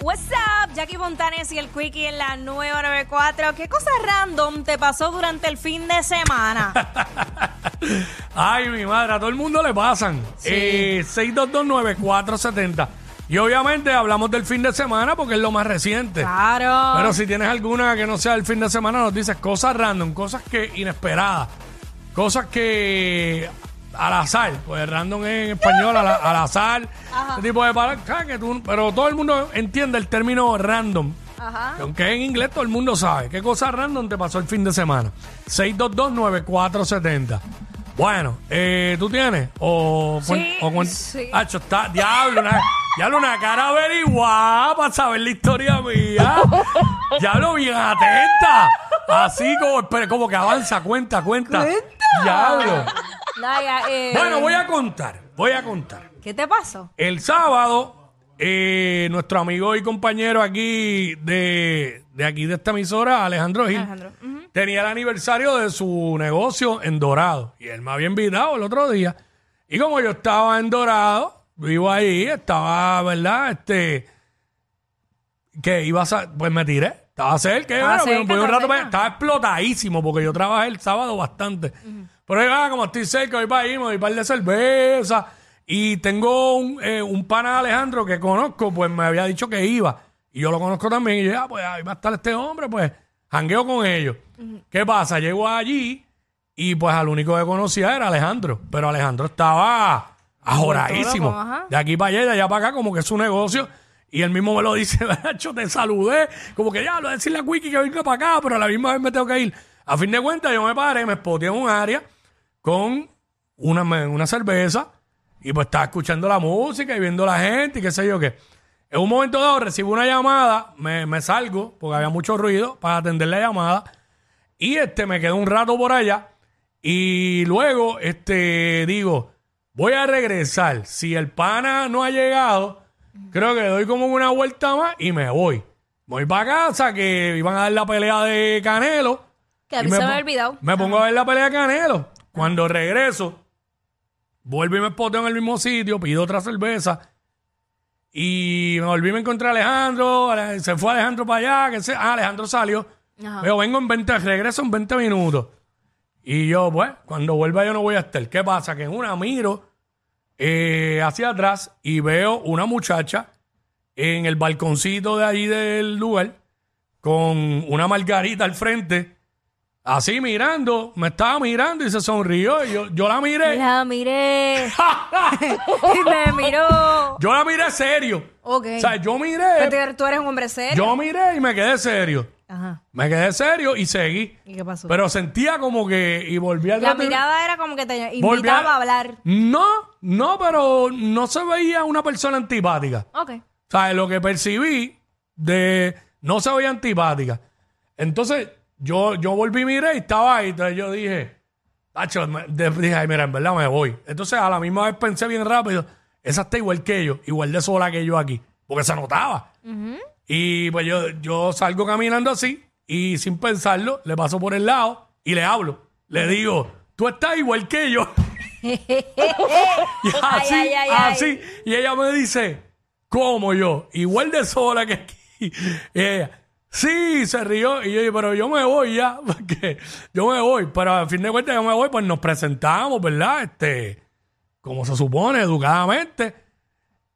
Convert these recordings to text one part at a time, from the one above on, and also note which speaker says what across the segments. Speaker 1: What's up, Jackie Fontanes y el Quickie en la nueva 94. ¿Qué cosa random te pasó durante el fin de semana?
Speaker 2: Ay, mi madre, a todo el mundo le pasan.
Speaker 1: Sí.
Speaker 2: Eh, 6229470. Y obviamente hablamos del fin de semana porque es lo más reciente.
Speaker 1: Claro.
Speaker 2: Pero si tienes alguna que no sea el fin de semana, nos dices cosas random, cosas que inesperadas, cosas que al azar, pues random en español, al, al azar, ese tipo de palabras, que tú- pero todo el mundo entiende el término random.
Speaker 1: Ajá.
Speaker 2: Que Aunque en inglés todo el mundo sabe. ¿Qué cosa random te pasó el fin de semana? 6229470. Bueno, eh, ¿tú tienes? O,
Speaker 1: Sí,
Speaker 2: o cuen-
Speaker 1: sí.
Speaker 2: Acho, está, diablo, una, diablo, una cara averiguada para saber la historia mía. Diablo, bien atenta. Así como, pero como que avanza, cuenta, cuenta. Diablo.
Speaker 1: Naya, eh,
Speaker 2: Bueno, voy a contar, voy a contar.
Speaker 1: ¿Qué te pasó?
Speaker 2: El sábado, eh, nuestro amigo y compañero aquí de, de aquí de esta emisora, Alejandro Gil,
Speaker 1: Alejandro,
Speaker 2: tenía el aniversario de su negocio en Dorado. Y él me había invitado el otro día. Y como yo estaba en Dorado, vivo ahí, estaba, ¿verdad? Este, que iba a... sa- Pues me tiré. Estaba cerca,
Speaker 1: Estaba
Speaker 2: bueno,
Speaker 1: cerca,
Speaker 2: voy un
Speaker 1: estaba
Speaker 2: rato para-
Speaker 1: cerca.
Speaker 2: estaba explotadísimo porque yo trabajé el sábado bastante. Pero yo, ah, como estoy cerca, voy para ahí, me voy para de cerveza. Y tengo un, eh, un pana de Alejandro que conozco, pues me había dicho que iba. Y yo lo conozco también. Y yo, ah, pues ahí va a estar este hombre, pues jangueo con ellos. ¿Qué pasa? Llego allí y pues al único que conocía era Alejandro. Pero Alejandro estaba ajoradísimo.
Speaker 1: Loco, ajá.
Speaker 2: De aquí para allá y de allá para acá, como que es su negocio. Y él mismo me lo dice, Nacho, te saludé. Como que ya, lo voy a decirle a Wiki que venga para acá, pero a la misma vez me tengo que ir. A fin de cuentas, yo me paré, me spoteé en un área con una, me- una cerveza y pues estaba escuchando la música y viendo la gente y qué sé yo qué. En un momento dado recibo una llamada, me, me salgo porque había mucho ruido para atender la llamada y este me quedé un rato por allá y luego este digo, voy a regresar. Si el pana no ha llegado, creo que doy como una vuelta más y me voy. Voy para casa que iban a dar la pelea de Canelo.
Speaker 1: Que a
Speaker 2: Y
Speaker 1: mí se me
Speaker 2: po-
Speaker 1: había olvidado.
Speaker 2: Me pongo a ver la pelea de Canelo. Cuando regreso, vuelvo y me espoteo en el mismo sitio, pido otra cerveza. Y me volví a encontrar a Alejandro. Ale- Se fue Alejandro para allá. Que se, ah, Alejandro salió.
Speaker 1: Ajá.
Speaker 2: Pero vengo en 20, regreso en 20 minutos. Y yo, pues, cuando vuelva yo no voy a estar. ¿Qué pasa? Que en una miro eh, hacia atrás y veo una muchacha en el balconcito de allí del lugar con una margarita al frente, así mirando, me estaba mirando y se sonrió. Y yo, yo la miré,
Speaker 1: La miré. y me miró.
Speaker 2: yo la miré serio.
Speaker 1: Ok.
Speaker 2: O sea,
Speaker 1: Pero
Speaker 2: yo miré,
Speaker 1: tú- tú eres un hombre serio.
Speaker 2: yo miré y me quedé serio.
Speaker 1: Ajá.
Speaker 2: Me quedé serio y seguí.
Speaker 1: ¿Y qué pasó?
Speaker 2: Pero sentía como que, y volví a
Speaker 1: la
Speaker 2: tratar-
Speaker 1: mirada era como que te
Speaker 2: volví
Speaker 1: invitaba a hablar.
Speaker 2: No, no, pero no se veía una persona antipática.
Speaker 1: Ok.
Speaker 2: O sea, lo que percibí de no se veía antipática. Entonces, yo, yo volví, miré y estaba ahí. Entonces yo dije, Tacho, me- de- dije, ay, mira, en verdad me voy. Entonces, a la misma vez pensé bien rápido, esa está igual que yo, igual de sola que yo aquí. Porque se notaba. Y pues yo, yo salgo caminando así y sin pensarlo, le paso por el lado y le hablo. Le digo, tú estás igual que yo. y así,
Speaker 1: ay, ay, ay.
Speaker 2: así. Y ella me dice, ¿cómo yo? Igual de sola que aquí. Y ella, sí, se rió. Y yo, pero yo me voy ya, porque yo me voy. Pero a fin de cuentas yo me voy, pues nos presentamos, ¿verdad? Este, como se supone, educadamente.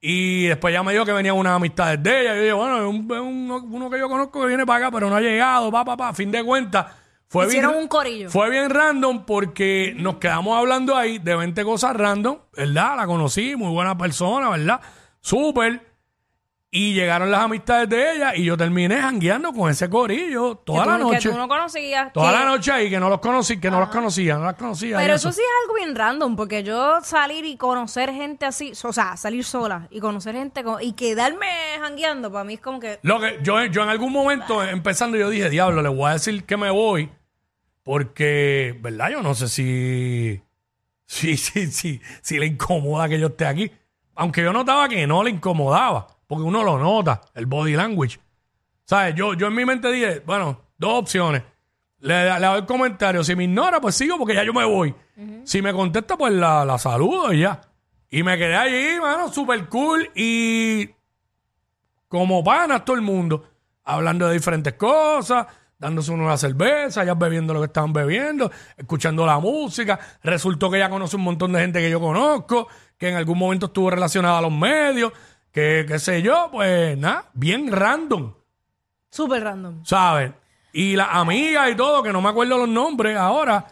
Speaker 2: Y después ya me dijo que venían unas amistades de ella. Yo dije, bueno, es un- es uno, uno que yo conozco que viene para acá, pero no ha llegado, pa, pa, pa. A fin de cuentas, fue
Speaker 1: Hicieron
Speaker 2: bien,
Speaker 1: un corillo.
Speaker 2: Fue bien random porque nos quedamos hablando ahí de 20 cosas random, ¿verdad? La conocí, muy buena persona, ¿verdad? Súper. Y llegaron las amistades de ella y yo terminé jangueando con ese corillo toda
Speaker 1: que
Speaker 2: la
Speaker 1: tú-
Speaker 2: noche.
Speaker 1: Que tú no conocías.
Speaker 2: toda
Speaker 1: que-
Speaker 2: la noche ahí que no los conocí, que no los conocía, no las conocía. y
Speaker 1: Pero
Speaker 2: eso.
Speaker 1: eso sí es algo bien random, porque yo salir y conocer gente así, o sea, salir sola y conocer gente co- y quedarme jangueando, para mí es como que...
Speaker 2: Lo que yo, yo en algún momento, empezando, yo dije, diablo, le voy a decir que me voy, porque, ¿verdad? Yo no sé si, si, si, si, si le incomoda que yo esté aquí. Aunque yo notaba que no le incomodaba, porque uno lo nota, el body language. ¿Sabes? Yo, yo en mi mente dije, bueno, dos opciones. Le, le hago el comentario. Si me ignora, pues sigo porque ya yo me voy. Si me contesta, pues la, la saludo y ya. Y me quedé allí, mano, super cool. Y como panas todo el mundo, hablando de diferentes cosas, dándose una cerveza, ellas bebiendo lo que estaban bebiendo, escuchando la música. Resultó que ella conoce un montón de gente que yo conozco, que en algún momento estuvo relacionada a los medios, que qué sé yo, pues nada, bien random,
Speaker 1: Súper random.
Speaker 2: ¿sabes? Y las amigas y todo, que no me acuerdo los nombres ahora,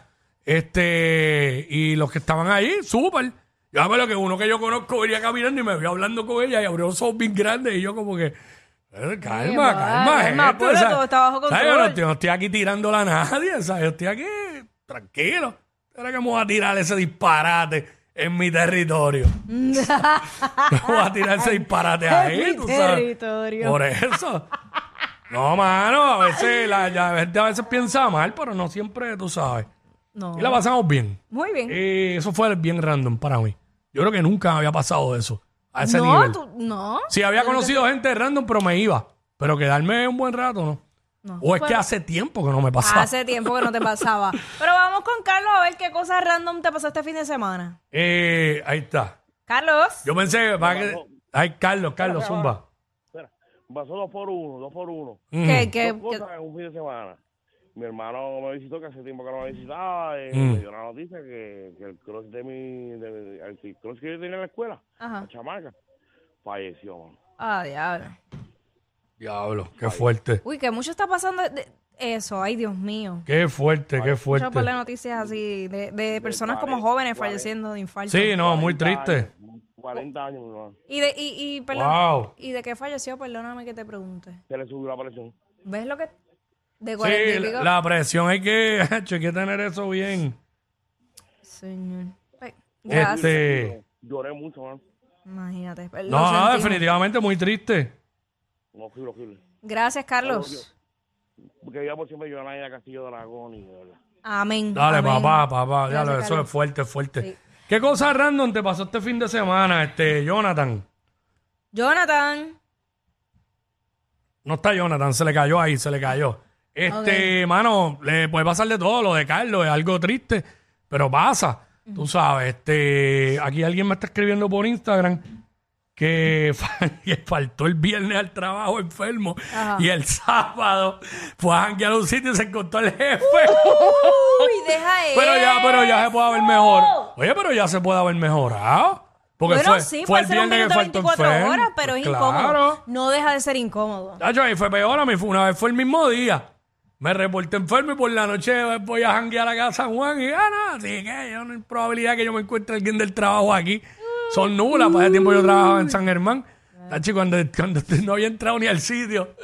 Speaker 2: este, y los que estaban ahí, súper. Yo me acuerdo que uno que yo conozco venía caminando y me vio hablando con ella y abrió los ojos bien grandes y yo como que...
Speaker 1: va,
Speaker 2: eh, calma, calma,
Speaker 1: calma,
Speaker 2: gente,
Speaker 1: apura,
Speaker 2: ¿sabes?
Speaker 1: todo está bajo
Speaker 2: ¿Sabes? Yo no
Speaker 1: control.
Speaker 2: estoy, no estoy aquí tirándola a nadie, ¿sabes? Yo estoy aquí tranquilo. Ahora que me voy a tirar ese disparate en mi territorio. no voy a tirar ese disparate ahí,
Speaker 1: mi
Speaker 2: tú sabes.
Speaker 1: territorio.
Speaker 2: Por eso. No, mano, a veces la, la gente a veces piensa mal, pero no siempre, tú sabes.
Speaker 1: No.
Speaker 2: Y la pasamos bien.
Speaker 1: Muy bien.
Speaker 2: Eh, eso fue bien random para mí. Yo creo que nunca había pasado eso, a ese
Speaker 1: no,
Speaker 2: nivel.
Speaker 1: tú- no.
Speaker 2: Sí, había conocido gente random, pero me iba. Pero quedarme un buen rato, ¿no?
Speaker 1: No.
Speaker 2: O es que hace tiempo que no me pasaba.
Speaker 1: Hace tiempo que no te pasaba. Pero vamos con Carlos a ver qué cosas random te pasó este fin de semana.
Speaker 2: Eh, ahí está.
Speaker 1: Carlos.
Speaker 2: Yo pensé, va que... Ay, Carlos, Carlos, zumba.
Speaker 3: Espera, pasó dos por uno, dos por uno.
Speaker 2: mm.
Speaker 1: que- que-
Speaker 3: Dos
Speaker 1: que-
Speaker 3: cosas en un fin de semana. Mi hermano me visitó, que hace tiempo que no me visitaba, y
Speaker 2: Mm.
Speaker 3: me dio la noticia que, que el cross de mi, de, de- el que- cross que yo tenía en la escuela,
Speaker 1: Ajá.
Speaker 3: la chamaca, falleció, mano.
Speaker 1: Ah, diablo.
Speaker 2: Diablo, qué fuerte.
Speaker 1: Uy, que mucho está pasando de- eso. Ay, Dios mío.
Speaker 2: Qué fuerte, qué
Speaker 1: Muchas por las
Speaker 2: fuerte.
Speaker 1: noticias así de, de personas como
Speaker 3: cuarenta,
Speaker 1: jóvenes
Speaker 3: cuarenta.
Speaker 1: falleciendo de infarto.
Speaker 2: Sí, no, muy
Speaker 3: 40
Speaker 2: triste.
Speaker 3: años, 40 años, mi hermano.
Speaker 1: Y de, y, y, perdón,
Speaker 2: Wow.
Speaker 1: ¿Y de qué falleció? Perdóname que te pregunte.
Speaker 3: Se le subió la presión.
Speaker 1: ¿Ves lo que.? De cuarenta
Speaker 2: Sí,
Speaker 1: y pico.
Speaker 2: la presión hay que, hecho, hay que tener eso bien.
Speaker 1: Señor. Ay, gracias.
Speaker 2: Este,
Speaker 3: Lloré mucho, mano.
Speaker 1: Imagínate. Lo
Speaker 2: no, no,
Speaker 1: sentimos.
Speaker 2: definitivamente muy triste.
Speaker 3: No, horrible, horrible.
Speaker 1: Gracias, Carlos.
Speaker 3: Porque yo por siempre lloraba en la Castillo de Aragón y de verdad.
Speaker 1: Amén.
Speaker 2: Dale,
Speaker 1: amén.
Speaker 2: papá, papá.
Speaker 1: Gracias,
Speaker 2: Dale, eso
Speaker 1: Carlos.
Speaker 2: es fuerte, fuerte.
Speaker 1: Sí.
Speaker 2: ¿Qué cosa random te pasó este fin de semana, este, Jonathan?
Speaker 1: Jonathan.
Speaker 2: No está Jonathan, se le cayó ahí, se le cayó. Este, mano, le puede pasar de todo, lo de Carlos es algo triste, pero pasa. Tú sabes, este, aquí alguien me está escribiendo por Instagram que, fa- que faltó el viernes al trabajo enfermo y el sábado fue a janguear a un sitio y se encontró el jefe.
Speaker 1: Uh, Uy, deja eso.
Speaker 2: pero ya, pero ya se puede haber mejor. Oye, pero ya se puede haber mejorado. Porque
Speaker 1: bueno,
Speaker 2: fue,
Speaker 1: sí,
Speaker 2: fue el
Speaker 1: puede ser un
Speaker 2: viernes que
Speaker 1: minuto
Speaker 2: faltó
Speaker 1: 24
Speaker 2: enfermo. Pues
Speaker 1: horas, pero es
Speaker 2: Claro.
Speaker 1: incómodo. No deja de ser incómodo.
Speaker 2: Nacho, ahí fue peor a mí. fue- Una vez fue el mismo día. Me reporté enfermo y por la noche voy a janguear acá a San Juan y ah, no, así que yo no hay probabilidad que yo me encuentre alguien del trabajo aquí. Son nulas. Para ese tiempo yo trabajaba en San Germán. Nacho, cuando, cuando no había entrado ni al sitio.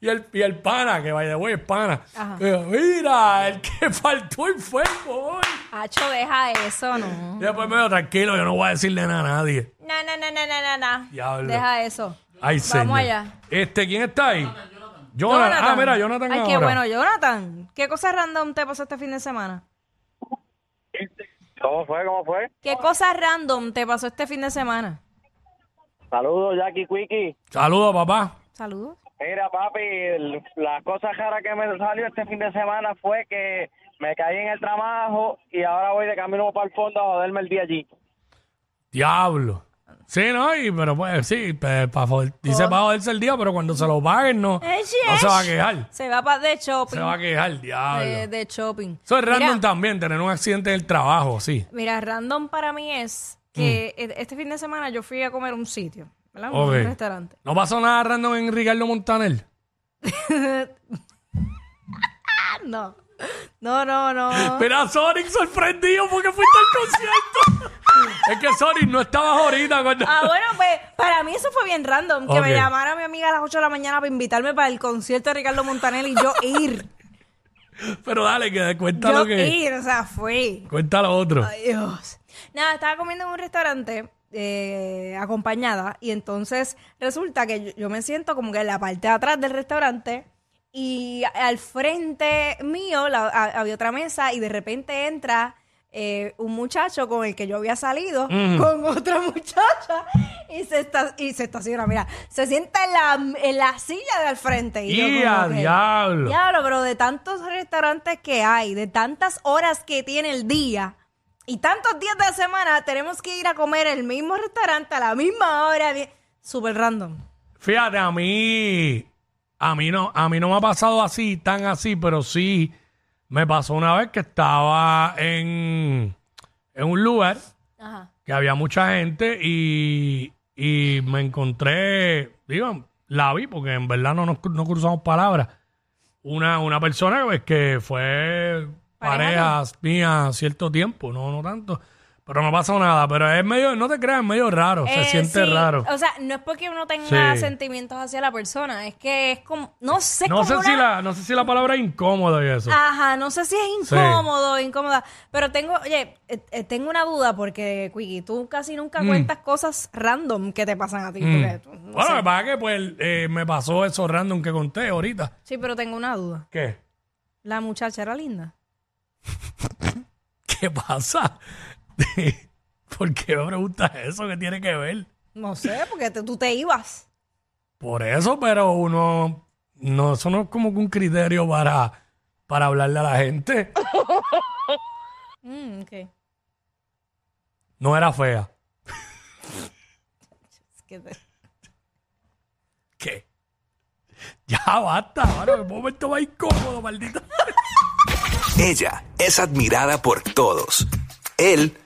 Speaker 2: Y el, y el pana, que vaya de wey, es pana. dijo, Mira, el que faltó enfermo hoy.
Speaker 1: Hacho, deja eso, no.
Speaker 2: Y después me dijo, tranquilo, yo no voy a decirle nada a nadie.
Speaker 1: Na, na, na, na, na, na, na.
Speaker 2: Diablo.
Speaker 1: Deja eso.
Speaker 2: Ay,
Speaker 1: Vamos
Speaker 2: señor.
Speaker 1: allá.
Speaker 2: Este, ¿quién está ahí? Jonathan. Jonathan. Ah, mira, Jonathan
Speaker 1: Ay, qué
Speaker 2: ahora.
Speaker 1: bueno, Jonathan. ¿Qué cosa random te pasó este fin de semana?
Speaker 3: ¿Cómo fue? ¿Cómo fue?
Speaker 1: ¿Qué cosa random te pasó este fin de semana?
Speaker 3: Saludos, Jackie Quickie.
Speaker 2: Saludos, papá.
Speaker 1: Saludos.
Speaker 3: Mira, papi, el- la cosa rara que me salió este fin de semana fue que me caí en el trabajo y ahora voy de camino para el fondo a joderme el día allí.
Speaker 2: Diablo. Sí, ¿no? Y, pero pues sí, pe- pa joder- dice para joderse el día, pero cuando se lo paguen no,
Speaker 1: Esh,
Speaker 2: no se va a
Speaker 1: esh.
Speaker 2: quejar.
Speaker 1: Se va para de shopping.
Speaker 2: Se va a quejar,
Speaker 1: de,
Speaker 2: diablo.
Speaker 1: de shopping.
Speaker 2: Eso es random
Speaker 1: Eh, Mira,
Speaker 2: también, tener un accidente del trabajo, sí.
Speaker 1: Mira, random para mí es que e- este fin de semana yo fui a comer a un sitio, ¿verdad? Un
Speaker 2: Mm. Ok.
Speaker 1: restaurante.
Speaker 2: ¿No pasó nada random en Ricardo Montaner?
Speaker 1: Ah, No, no, no, no.
Speaker 2: Mira, Sonic sorprendido porque fuiste al concierto. es que sorry, no estabas ahorita. cuando-
Speaker 1: Ah, bueno, pues para mí eso fue bien random. Que me
Speaker 2: Ok.
Speaker 1: llamara mi amiga a las 8 de la mañana para invitarme para el concierto de Ricardo Montaner y yo ir.
Speaker 2: Pero dale, que cuenta
Speaker 1: yo
Speaker 2: lo que.
Speaker 1: ir, o sea, fui.
Speaker 2: Cuenta lo otro.
Speaker 1: Ay, Dios. Nada, estaba comiendo en un restaurante eh, acompañada y entonces resulta que yo, yo me siento como que en la parte de atrás del restaurante y a- al frente mío la- a- había otra mesa y de repente entra eh, un muchacho con el que yo había salido
Speaker 2: Mm.
Speaker 1: con otra muchacha y se está y se estaciona, mira, se sienta en la, en la silla de al frente. Y, yo
Speaker 2: ¡Y
Speaker 1: como
Speaker 2: a
Speaker 1: que,
Speaker 2: diablo!
Speaker 1: Diablo, pero de tantos restaurantes que hay, de tantas horas que tiene el día y tantos días de la semana, tenemos que ir a comer el mismo restaurante a la misma hora. bien- Súper random.
Speaker 2: Fíjate, a mí, a mí no, a mí no me ha pasado así, tan así, pero sí me pasó una vez que estaba en, en un lugar
Speaker 1: Ajá.
Speaker 2: que había mucha gente y, y me encontré, digo, la vi porque en verdad no nos cru- no cruzamos palabras. Una, una persona pues, que fue
Speaker 1: Pareja,
Speaker 2: pareja mía cierto tiempo, no, no tanto, pero no pasó nada, pero es medio, no te creas, es medio raro, se siente raro.
Speaker 1: Eh, O sea, no es porque uno tenga
Speaker 2: Sí.
Speaker 1: sentimientos hacia la persona, es que es como, no sé,
Speaker 2: No
Speaker 1: como
Speaker 2: sé,
Speaker 1: una-
Speaker 2: si
Speaker 1: Ah,
Speaker 2: la, no sé si la palabra es incómodo y eso.
Speaker 1: Ajá, no sé si es
Speaker 2: Sí.
Speaker 1: incómodo, incómoda, pero tengo, oye, eh, eh, tengo una duda porque, Quiggy, tú casi nunca cuentas cosas random que te pasan a ti. porque tú- no
Speaker 2: Mm. bueno,
Speaker 1: sé.
Speaker 2: lo que pasa es que pues, eh, me pasó eso random que conté ahorita.
Speaker 1: Sí, pero tengo una duda.
Speaker 2: ¿Qué?
Speaker 1: La muchacha era linda.
Speaker 2: ¿Qué pasa? ¿Por qué me preguntas eso? ¿Qué tiene que ver?
Speaker 1: No sé, porque te- tú te ibas.
Speaker 2: Por eso, pero uno... No, eso no es como que un criterio para, para hablarle a la gente.
Speaker 1: Mm, ok. Es
Speaker 2: No era fea.
Speaker 1: que te-
Speaker 2: ¿Qué? Ya basta, mano, el momento más incómodo, maldita.
Speaker 4: Ella es admirada por todos. Él,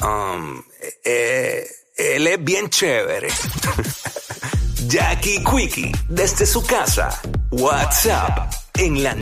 Speaker 4: um, eh, él es bien chévere. Jackie Quickie, desde su casa. WhatsApp, en la